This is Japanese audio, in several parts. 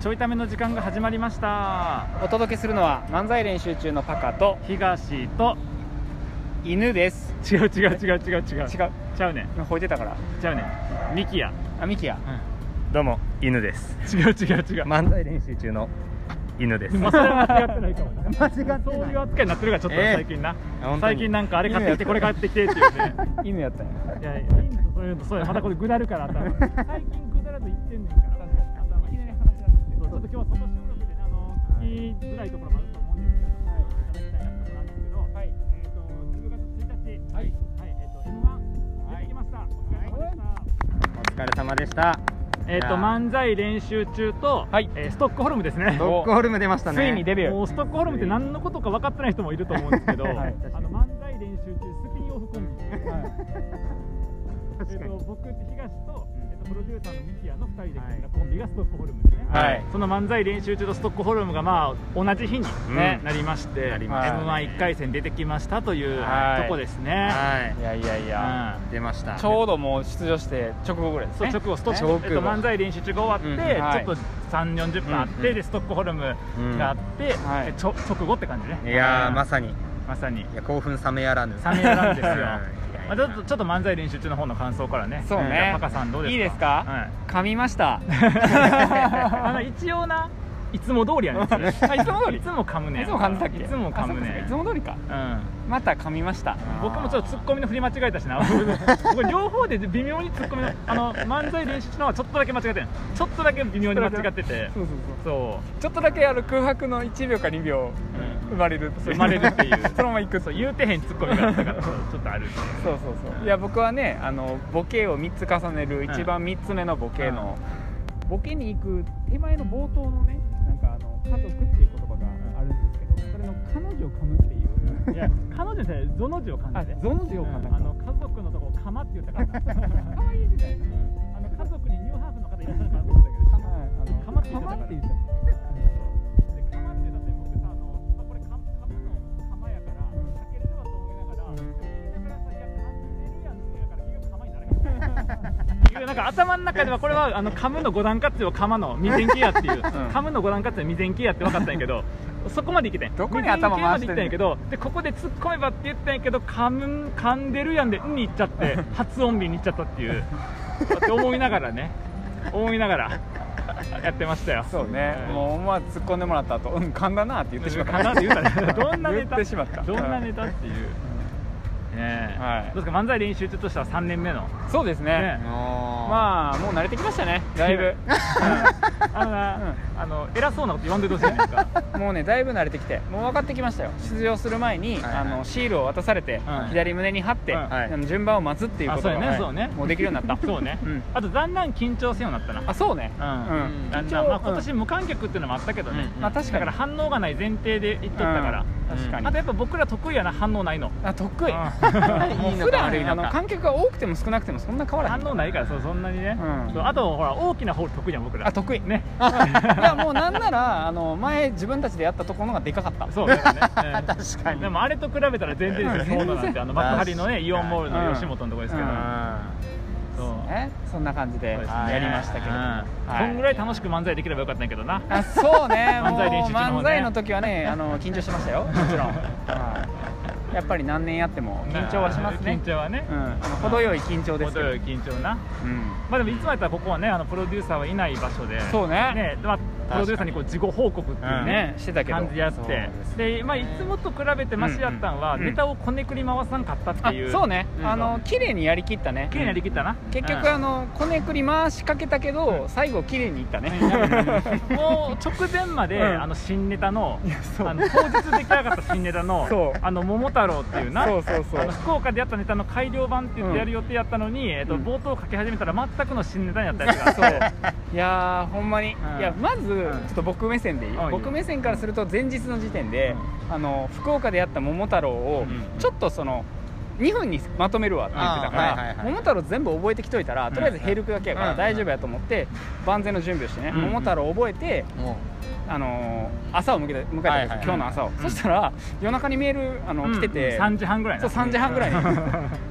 ちょいための時間が始まりましたお届けするのは漫才練習中のパカと東と犬です違う違う違う違う違う違違ううちゃうねん吠えてたからちゃうねんミキや、あミキやどうも犬です違う違う違う ま漫才練習中の犬ですあそれは間違ってないかもね間違ってないそういう扱いになってるからちょっとええ最近な、本当に最近なんかあれ買ってきてこれ買ってきてっていうね犬やったんやいやいやいいんですよそういうのそういうのまたこれぐだるから頭最近ぐだらず言ってんねんから頭いきなり話しってちょっと今日はその収録でねあの聞きづらいところもあると思うんですけども、い、ただきたいなところなんですけど、はい、えっ、と10月1日はい、はい、えっ、と M1 出てきました、お疲れ様でした、お疲れ様でしたえっ、と漫才練習中と、はいえーストックホルムですねドッグホルム出ましたねついにデビューもうストックホルムって何のことか分かってない人もいると思うんですけど、はいあの漫才練習中スピンオフコンビ、えっと僕東と、えっとプロデューサーのミキアの2人で組んだコンビがストックホルムでね、はいその漫才練習中とストックホルムがまあ同じ日に、ねうんなりましてなり m ましたね1 1回戦出てきましたというはいとこですね、はいやいやいい出ましたちょうどもう出場して直後ぐらいですそうね直後ストッ直後ク、えっと、漫才練習中が終わって、うんはいちょっと3 4 0分あって、うんうんでストックホルムがあって、はいえちょ直後って感じねいやーままさにいさにや興奮冷めやらぬ冷めやらん ですよいやまあ、ちょっとちょっと漫才練習中の方の感想からねそうねじゃあパカさんどうですかいいですかはい噛みま したあ の一応ないつも通りやねんそれあいつも通りいつも噛むねんいつも噛んでたっいけつも噛むねんあそっかそっかいつも通りかうんまた噛みました僕もちょっとツッコミの振り間違えたし な僕両方で微妙にツッコミのあの漫才練習中のはちょっとだけ間違えてんちょっとだけ微妙に間違っててそうそうそそうちょっとだけあの空白の1秒か2秒うん生まれるうそう生まれるっていう そのまま行くそそうう言うてへんツッコミがあったからそうちょっとあるっていうそうそうそういや僕はねあのボケを3つ重ねる一番3つ目のボケの、ボケに行く手前の冒頭のねなんかあの家族っていう言葉があるんですけどそれの彼女を噛むっていういや彼女ってゾの字を感あじてゾの字を噛んだうんあの家族のとこをかまって言った からかわいい時代なあの家族にニューハーフの方いらっしゃるからと思ったけどはいかまっあのて言っちゃったからかまって言っちゃったで、かまってたって、僕さ、あの、これ、か、かぶの釜やから、かけるではと思いながら。でも言いながらさ、いや、かんでるやん、やから、結局釜にならへん。なんか頭の中ではこれはあのカムの五段活用カマの未然ケアっていう、カムの五段活用未然ケアって分かったんやけどそこまでいけてんどこに頭回未然ケアまでいしてんねんったんやけどでここで突っ込めばって言ったんやけどカム噛んでるやんで「ん」に行っちゃって発音日に行っちゃったっていうって思いながらね思いながらやってましたよそうねはい、もう思わず突っ込んでもらった後、うん、噛んだなって言ってしまった。かなって言うたねどんなネ言っタてしまった。どんなネタっていう、ねえはいどうですか漫才練習中としては3年目のうんそうですね。ねままああ、もう慣れてきましたね。だ いぶ。あのな、あの偉そうなこと言わんでどうしいですかもうね、だいぶ慣れてきて、もう分かってきましたよ。出場する前に、はいあの、シールを渡されて、はい左胸に貼って、はいあの順番を待つっていうことあそうやが、ねそうねもうできるようにな った。そうね、うんあとだんだん緊張せんようになったなあ、そうね。うんうんだんだんまあ、今年無観客っていうのもあったけどね、うんまあ、確だかかにら。反応がない前提で言っとったから、うん確かにあと。やっぱ僕ら得意やな反応ないのあ、得意。もういいのか普段、悪いのあかの、観客が多くても少なくても、そんな変わらな い反。応ないからそうそんなにね、うんそうあとほら大きなホール得意やん僕らあ、得意。ねいや、もうなんなら、あの、前、自分たちでやったところのがでかかった。 そうだからね、うん確かにでもあれと比べたら全然ですよ、そうなんて、あの幕張のね、イオンモールの吉本のとこですけど、そうね、そんな感じでそうですねやりましたけれども、うんこんぐらい楽しく漫才できればよかったんやけどな、あそうね 漫才練習中の方ねもう漫才の時はねあの緊張しま したよもちろん、はいやっぱり何年やっても緊張はしますね緊張はねう、ん、あの程よい緊張ですけ程ど、よい緊張な、うん、まあでもいつもやったらここはね、あのプロデューサーはいない場所で、そうねねまあ、プロデューサーにこう自己報告っていうねね、してたけど感じやって、でまあ、いつもと比べてマシやったんは、うんうんネタをこねくり回さんかったってあいう、そうね、うんあの綺麗にやりきったね綺麗にやりきったな。結う局、んあのこねくり回しかけたけど、最後綺麗にいったね、もう直前まで、うんあの新ネタのあの当日出来上がった新ネタのそうあの桃太郎っていうなそうそうそうあの福岡でやったネタの改良版って言ってやる予定やったのに、えっとうん冒頭書き始めたら全くの新ネタになったやつがあ っていやーほんまに、うんいやまず、んちょっと僕目線でいあいい、いよ僕目線からすると前日の時点で、あの福岡でやった「桃太郎」をうんちょっとその2分にまとめるわって言ってたから「あーはいはいはい桃太郎」全部覚えてきといたら、とりあえずヘルクだけやかうらん大丈夫やと思って、万全の準備をしてね「うん桃太郎」覚えて、もあのー朝を向けた迎えたんですよ、はいはい今日の朝を、そしたら夜中にメールあの、来てて、 3時半ぐらい そうな3時半ぐらいに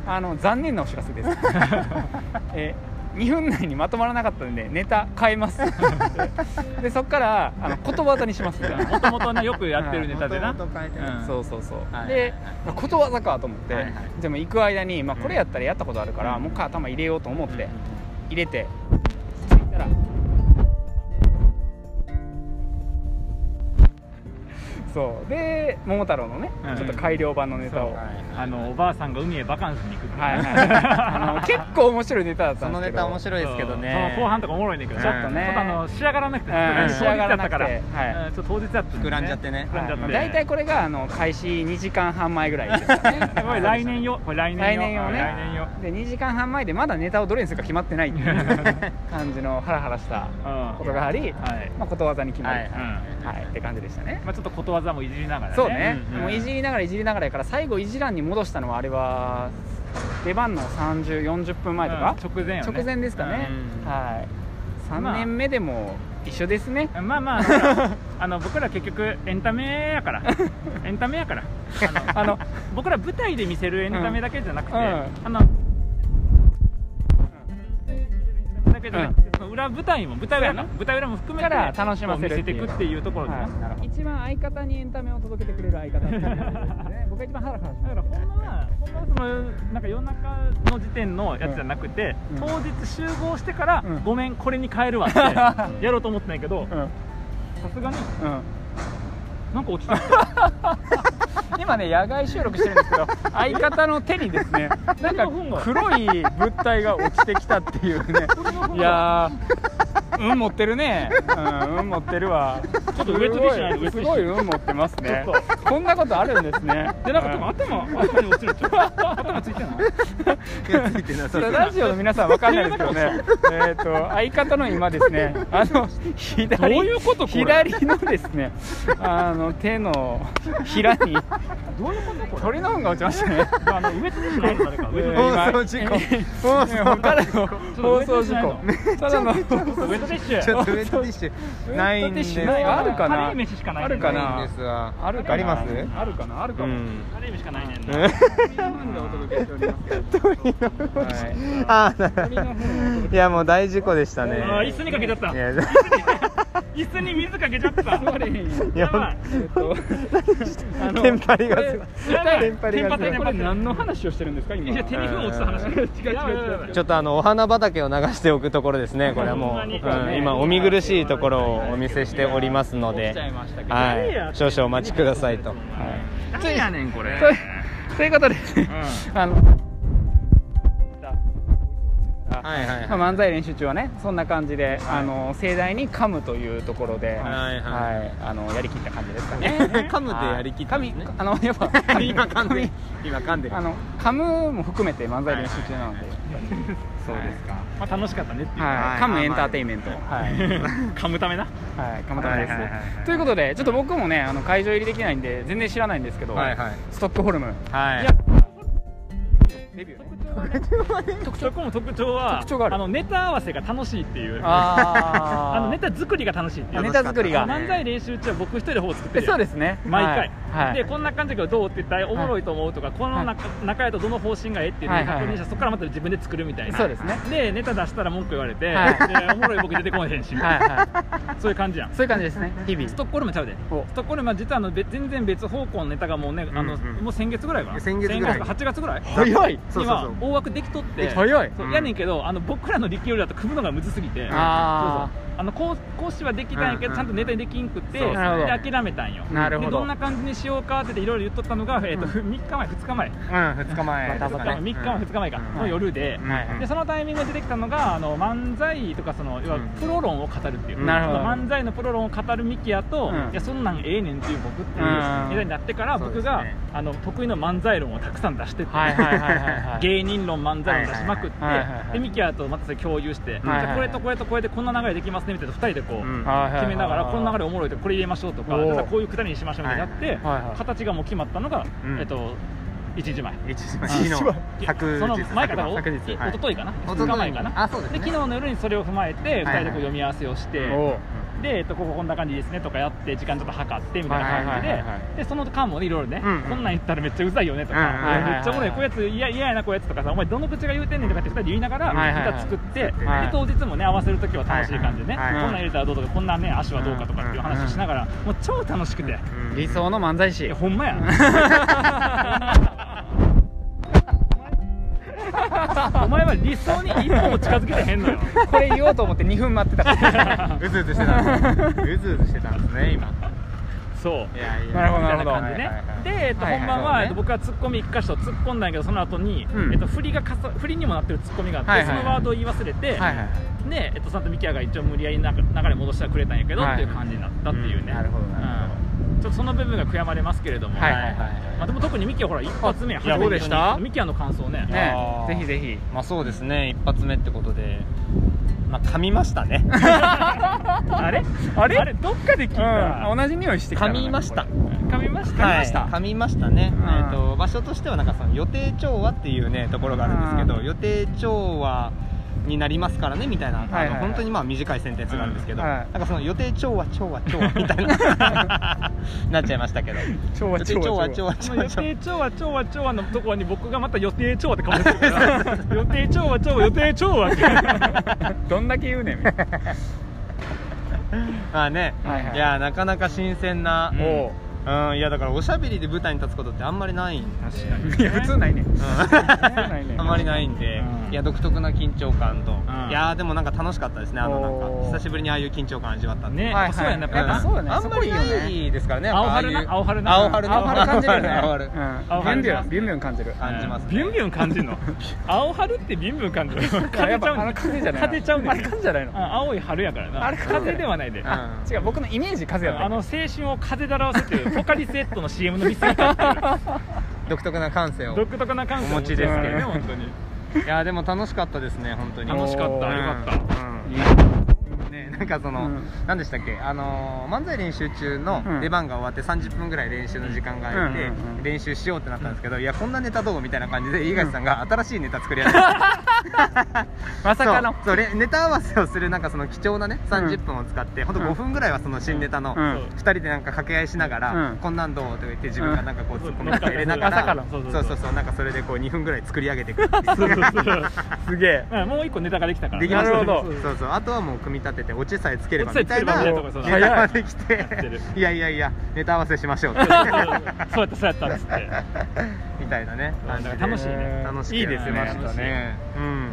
あの残念なお知らせです、えー2分内にまとまらなかったんでネタ変え ますって言ってでそっからあのことわざにし ますみたいなもともとなよくやってるネタでな、元々変えてうんなそうそうそう、はいで、ことわざかと思って、はいはいでも行く間に、まあ、これやったらやったことあるから、うんもう一回頭入れようと思っいて、うん入れて気づいたらそうで桃太郎のね、うんちょっと改良版のネタを、そうはいはいはいあのおばあさんが海へバカンスに行くっていうねはい あの結構面白いネタだったそんでのすネけどタ面白いですけどね そう後半とかおもろいねんだけどちょっとねちょっとあの仕上がらなくて、うん仕上がらなか仕上がらなくてら、はいうんちょっと当日だったでね膨らんじゃってね膨らんじゃって、はい大体これがあの開始2時間半前ぐらいですかねこれ 来年よこれ来年来よ年よね来年よで2時間半前でまだネタをどれにするか決まってないっていう 感じのハラハラしたうんことがあり、はい、まあ、ことわざに決まり、ははいいうんって感じでしたねまあ、ちょっとことわざもいじりながらねそうね、うんうんもういじりながらいじりながらやから最後いじらんに戻したのはあれは出番の3040分前とか、うん直前よね直前ですかね、うんはいま3あ年目でも一緒ですね、まあまあだから あの僕ら結局エンタメやからエンタメや からあのあの僕ら舞台で見せるエンタメだけじゃなくて、うんあの、だけじゃなくて、その裏舞台も舞台裏かそうや舞台裏も含めてから楽しませるこう見せていくっていうところでね、はい一番相方にエンタメを届けてくれる相方っていうことです ね僕が一番ハラハラしだからほんまはほんまはそのなんか夜中の時点のやつじゃなくて、うん当日集合してから、うんごめんこれに変える わってやろうと思ってないけどたうんさすがにうんなんか落ちてきた今ね野外収録してるんですけど相方の手にですねなんか黒い物体が落ちてきたっていう ねいやー運持ってるねうん運持ってるわちょっとウェットティッシュないのウェッすトティッシュごいすごい運持ってますねちょっこんなことあるんですねでなんか多分頭頭に落ちるんちゃう頭ついてないいやついてそなされそうラジオの皆さんわかんないですけどね、えっと相方の今ですね、あの左どういうことこれ左のですね、あの手のひらにどういうことこれ鳥の糞が落ちましたね。あの上手にしないの誰 か上手にえー今放 放送事故放送事送ただの放放送事故送事故ただのウェットティッシュちょっとウェットティッシュないんですウェットティッシュないあるかなカレー飯しかないあるかなないんですわあるかなありますあるかなあるかも、カレー飯しかないねんなはい あーいやもう大事故でしたねあー椅子にかけちゃったいやだ椅子に水かけちゃったあれいややばいえっとあのテンパりがすごいやばいテンパりがすごいテンこパれり何の話をしてるんですか今いや手に糞落ちた話違う違う違う違ちょっとあのお花畑を流しておくところですねこれはほんもまう、にうん今お見苦しいところをお見せしておりますの起きでちゃいましたけど何やはい少々お待ちくださいと何やねんこれとという ことで、あのはいはいはいまあ漫才練習中はねそんな感じで、あの盛大に噛むというところで、はいはいはいあのやりきった感じですかね。噛むでやりきったんですねあのやっぱ今噛んで今噛んでるあの噛むも含めて漫才練習中なので、そうですかまあ楽しかったねっていうはい、噛むエンターテインメント、はい、 噛むためなはい、噛むためです、はいはいはいはいということで、ちょっと僕もね、あの会場入りできないんで、全然知らないんですけど、はいはいストックホルム、はいデビューね。特徴の特徴は特徴があるのネタ合わせが楽しいっていうあ あーのネタ作りが楽しいっていうネタ作りが漫才練習中は僕一人で方作ってえるそやうんですね。毎回、はい。はいでこんな感じがどうって言ったらおもろいと思うとか、この中,、中やとどの方針がええっていうのを確認して、はいはいはいそこからまた自分で作るみたいなそうですねでネタ出したら文句言われて、はでおもろい僕出てこへんし、はいはそういう感じやんい。そういう感じですね。日々ス。トックホルムちゃうでおストックホルムは実はあのべ全然別方向のネタがもうねあの、うんうんもう先月ぐらいかな先月ぐらいとか8月ぐらい早いそうそうそう今大枠できとってでき早いそううんやねんけどあの僕らの力よりだと組むのがむずすぎてあそうそうあの講講師はできたんやけうんどうんちゃんとネタにできんくってそうでそう諦めたんよなるほでどどんな感じにしようかっていろいろ言っとったのが、えー、と3日前2日前、うん2日前またとか3日前2日前か、うんの夜で,、うんはいでそのタイミングで出てきたのがあの漫才とかその要はうんプロ論を語るっていう、なるほどその漫才のプロ論を語るミキヤと、うんいやそんなんええねんっていう僕っていううんネタになってからそうで僕すねが、あの得意の漫才論をたくさん出してって、はいはいはいはいはい。芸人論漫才論出しまくって、はいはいはいはいはいでミキヤとまたそれ共有して、はいはいはいじゃあこれとこれとこれでこんな流れできますねみたいな2人でこう、うんはいはいはい決めながらこの流れおもろいとこれ入れましょうとかおーだからこういうくだりにしましょうみたいになって、はいはい形がもう決まったのが、うんえっと1日前いや1日前昨日その前から昨お日い一昨日かなお2と日と前いかなあそうですでね昨日の夜にそれを踏まえて2いはい人でこう読み合わせをして、おうで、えっと、こここんな感じですねとかやって時間ちょっと測ってみたいなは感いじはいはいではいでその間もねいろいろね、うんうんこんなん言ったらめっちゃうざいよねとか、うんはいはいはいはいめっちゃおもろいこういうやついや嫌やなこういうやつとかさお前どの口が言うてんねんとかって2人で言いながら、はいはいはいギター作って、はいで当日もね合わせる時は楽しい感じでね、はいはいはいこんなん入れたらどうとかこんなね足はどうかとかっていう話をしながら、もう超楽しくて、理理想想の漫才い師やほんまや お前は理想に一歩も近づけてへんのよこれ言おうと思って2分待ってた からうずうずしてたんですうずうずしてたんですね今そう いやいやなるほどみたないな感じはねいはいはいで、えっと、はいはい本番そうは、ねえっと、僕はツッコミ1箇所突っ込んだんやけどその後に、うんえっと、振りがかさ振りにもなってるツッコミがあって、はいはいはいそのワードを言い忘れて、はいはいで、えっと、サンタミキアが一応無理やりな流れ戻してはくれたんやけど、はいっていう感じになったっていうね、うんなるほどなるうんちょっとその部分が悔やまれますけれども、はいはいはいはいまあ、でも特にミキはほら一発目初めてどうでしたミキアの感想ねねあーぜひぜひまあそうですね一発目ってことでまあ噛みました ねあれあれあれどっかで聞いた、うん同じ匂いしてきた噛みました噛みましたはいました噛みましたね、うんえー、と場所としてはなんかその予定調和っていうねところがあるんですけど、うん予定調和になりますからねみたいな、はいはいはいあの本当にまあ短いセンテンスなんですけど、うんはいなんかその予定調和調和調和みたい ななっちゃいましたけど超予定調和調和そ調の和予調和定調和調和調和のところに僕がまた予定調和って顔してるから予定調和調和予定調和ってどんだけ言うねんみたい な まあね、はいはいいやなかなか新鮮な、うんうんいやだからおしゃべりで舞台に立つことってあんま りないんで確かにいや普通ないねんないねあまりないんで、うんいや独特な緊張感と、んいやーでもなんか楽しかったですねあのなんおーか久しぶりにああいう緊張感味わったんでねはいはいそうやんなうんやっぱそうやねあんまりそこいいよねないですからねやっ青ぱああい春うな青春な青春な青春感じるよね青春うん青春ビュンビュンビュンビュン感じる感じますねビュンビュン感じんの青春ってビュンビュン感じる風や邪っちゃうぱあねの風じゃない風邪ちゃうねあれ風じゃないのあ青い春やからなあれ風風ではないでうんあ違う僕のイメージ風やったあの青春を風だらわせてるポカリスエットの CM のミスにかって独特な感性るを独特な感性お持ちですけどね本当にいやーでも楽しかったですね本当に楽しかったおーよかったうんねなんかその、うん何でしたっけあのー漫才練習中うんの出番が終わって30分ぐらい練習の時間が空いて、うんうんうん練習しようってなったんですけど、いやこんなネタどうみたいな感じで井垣さんが新しいネタ作り上げてまさかのそうそうレネタ合わせをするなんかその貴重なね30分を使って、ほんとうん5分ぐらいはその新ネタのう2ん人でなんか掛け合いしながら、うんこんなんどうとか言って自分がなんかこううんツッコミとか入れなが、まさからのそうそうそそううそそううなんかそれでこう2分ぐらい作り上げていくっていうそうそうそうすげえうんもう一個ネタができたからできましたなるほそどうそうそうあとはもう組み立ててオチさえつければオチさえみつけたれいなばみたいなとこそうネタができてってるいやいやいやネタ合わせしましょうってそうやったそうやったっつってみたいなね感じで楽しいね楽しくいいですねやってましたねうん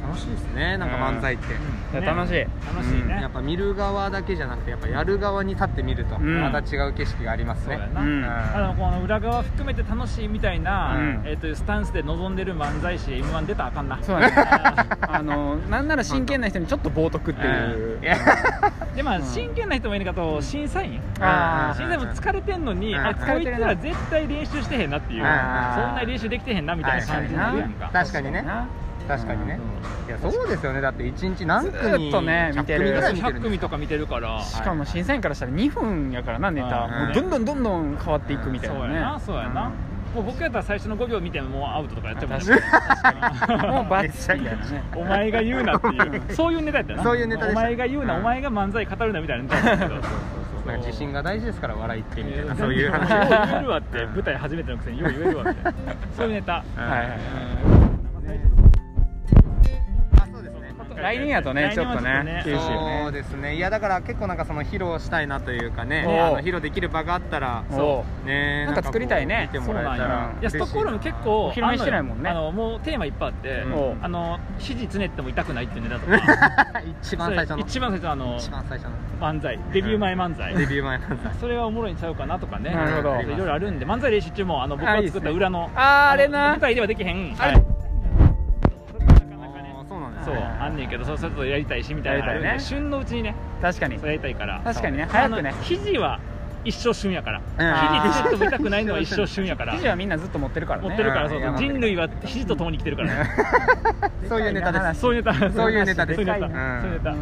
楽しいですねなんか漫才って、いや楽しい楽しいうんねやっぱ見る側だけじゃなくてやっぱやる側に立ってみるとうんまた違う景色がありますそうねやうな、んあのこの裏側含めて楽しいみたいな、うんえっとスタンスで臨んでる漫才師 m 1出たらあかんなそうだねあのなんなら真剣な人にちょっと冒涜っていううんいや でまあうん真剣な人もいるかと審査員あ審査員も疲れてんのに、うんあうんこいつら絶対練習してへんなっていう、うんそんな練習できてへんなみたいな感じになるやんか、確かにね確かにねいやそうですよねだって1日何組ずっとね見てる100組ぐらい見てる100んで組すよとか見てるからしかも審査員からしたら2分やからなネタうんもうどんどんどんどん変わっていくみたいそうやななねそうやな、もう僕やったら最初の5秒見てももうアウトとかやっちゃうもんね もうバッチリだよめっちねお前が言うなっていうそういうネタやったよなそういうネタでしたお前が言うな、うんお前が漫才語るなみたいなネタやったけどなんか自信が大事ですから笑いってみたいなそそううい いうう話話ようは言えるわって舞台初めてのくせによう言えるわってそういうネタいはいはいあそうですね来年やとね来ち年ょっはとねち九ょ州っとねそうですねいやだから結構なんかその披露したいなというかねおーあの披露できる場があったらおうねなんか作りたいねなんかそうこう見てもならんえたやらいやストックホルム結構お披露目してないもんねあのよあのもうテーマいっぱいあってうんおあの肘つねっても痛くないっていうネタとか 一番最初そのれ一番最初のあの一番最初の漫才デビュー前漫才デビュー前なんだそれはおもろいんちゃうかなとかねなるほどいろいろあるんで漫才練習中もあの僕が作った裏のあーあれのな舞台ではできへんあれはいなかなかねあーそうなんですそうねあんねんけどそうするとやりたいしみたいなのあるんでやりたいね旬のうちにね確かにそれやりたいから確かにねあ早のくね肘は一生旬やからあ肘ーつけても痛くないのは一生旬やから記事はみんなずっと持ってるからね持ってるからそうそううん人類は肘と共に生きてるからねそういうネタで すそういうネタそういうネタでそすういうネタうんそういうネタ うん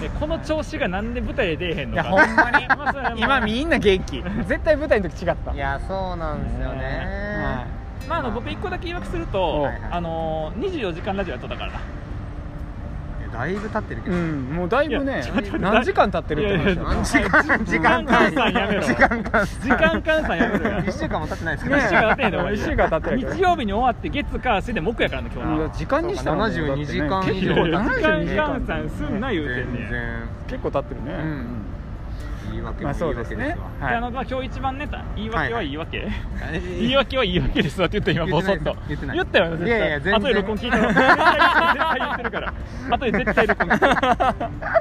でこの調子がなんで舞台で出えへんいのやかほんまに まあそれはまあ今みんな元気絶対舞台の時違ったいやそうなんですよはねまああの僕一個だけ言い訳するおとはいはいあの24時間ラジオやっとったからなえだいぶ経ってるけうど、んもうだいぶねいやちょっと何時間経ってるって話だよいやいや何時間時間換算やめろ時間換算時間換算やめろ よ1週間も経ってないですけど一週間経ってへんの一週間経ってへん日曜日に終わって月火水で木やからね今うん日だから時間にしたらもう72時間だってね以結上構な時間72時間換算すんな言うてんね全ん然結構経ってるね、ん言い訳まもあいいそうわですけねですわ、であはのまあ今日一番ネタ言い訳は言い訳、あれ言い訳は言い訳ですわって言った今ボソッと言ってない言ったよね絶対いやいや全然後で録音聞いたら絶対言ってるから後で絶対録音聞いた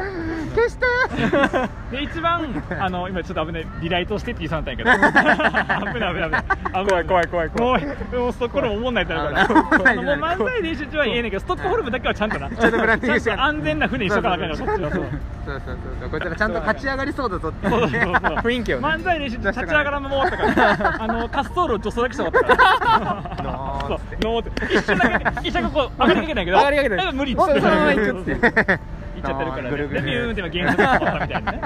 消してで一番あの今ちょっと危ないリライトしてって言いそうになったんやけど危ない危ない危ないい怖い怖い怖い怖いもうもうそこらもおもんないってなるあおもんかならいもうじゃない漫才練習中は言えねえけどストックホルムだけはちゃんとなちちゃんとブランディングしてゃんと安全な船にしとかなあかんからこっちはそうそうそうそうそうこいつらちゃんと立ち上がりそうだぞってそうそうそうそう雰囲気をね漫才練習中立ち上がらんまま終わった からあの滑走路助走だけしか終わったからノーっつってそうノーって一瞬だけ一瞬こう上がりかけないけど上がりかけてなん無理っつそっうてそのまま行くっつって 行っちゃってるからぐねるぐるでビューンって今現実に止まったみたいなね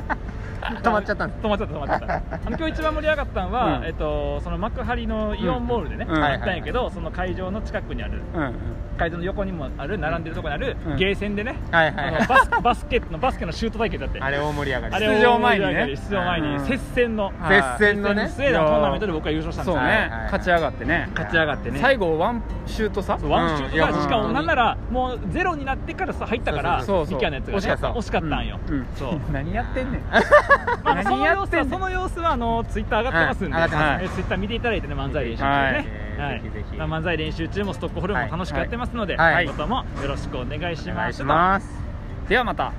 止まっちゃったんです止まっちゃった止まっちゃ ったあの今日一番盛り上がったのは、うんえっとその幕張のイオンモールでね、うんあったんやけど、その会場の近くにあるうんうん会場の横にもある並んでるとこにある、うんゲーセンでね、はいあはいはのいバスバスケットのバスケのシュート対決だってあれ大盛り上がりあですれを出場前にね盛り上がり出場前うにん接戦のはい接戦の接戦のねスウェーデンのトーナメントで僕は優勝したんでそうすよね、はいはいはい勝ち上がってね勝ち上がってね最後ワンシュート差そうワンシュートが、うんいやしか本も当になんならもうゼロになってからさ入ったからそうそうそうミキアのやつが、ね、惜しかった惜しかったんよ、うんうんそう 何やってんねんまあ、その何や様っ子てんはねんその様子はあのツイッター上がってますんで、はい上がってますえツイッター見ていただいてね漫才練習中ね、はいはいぜひぜひまあ漫才練習中もストックホルムも楽しくやってますので、はいはい今後ともよろしくお願いしおま願すいしますではまた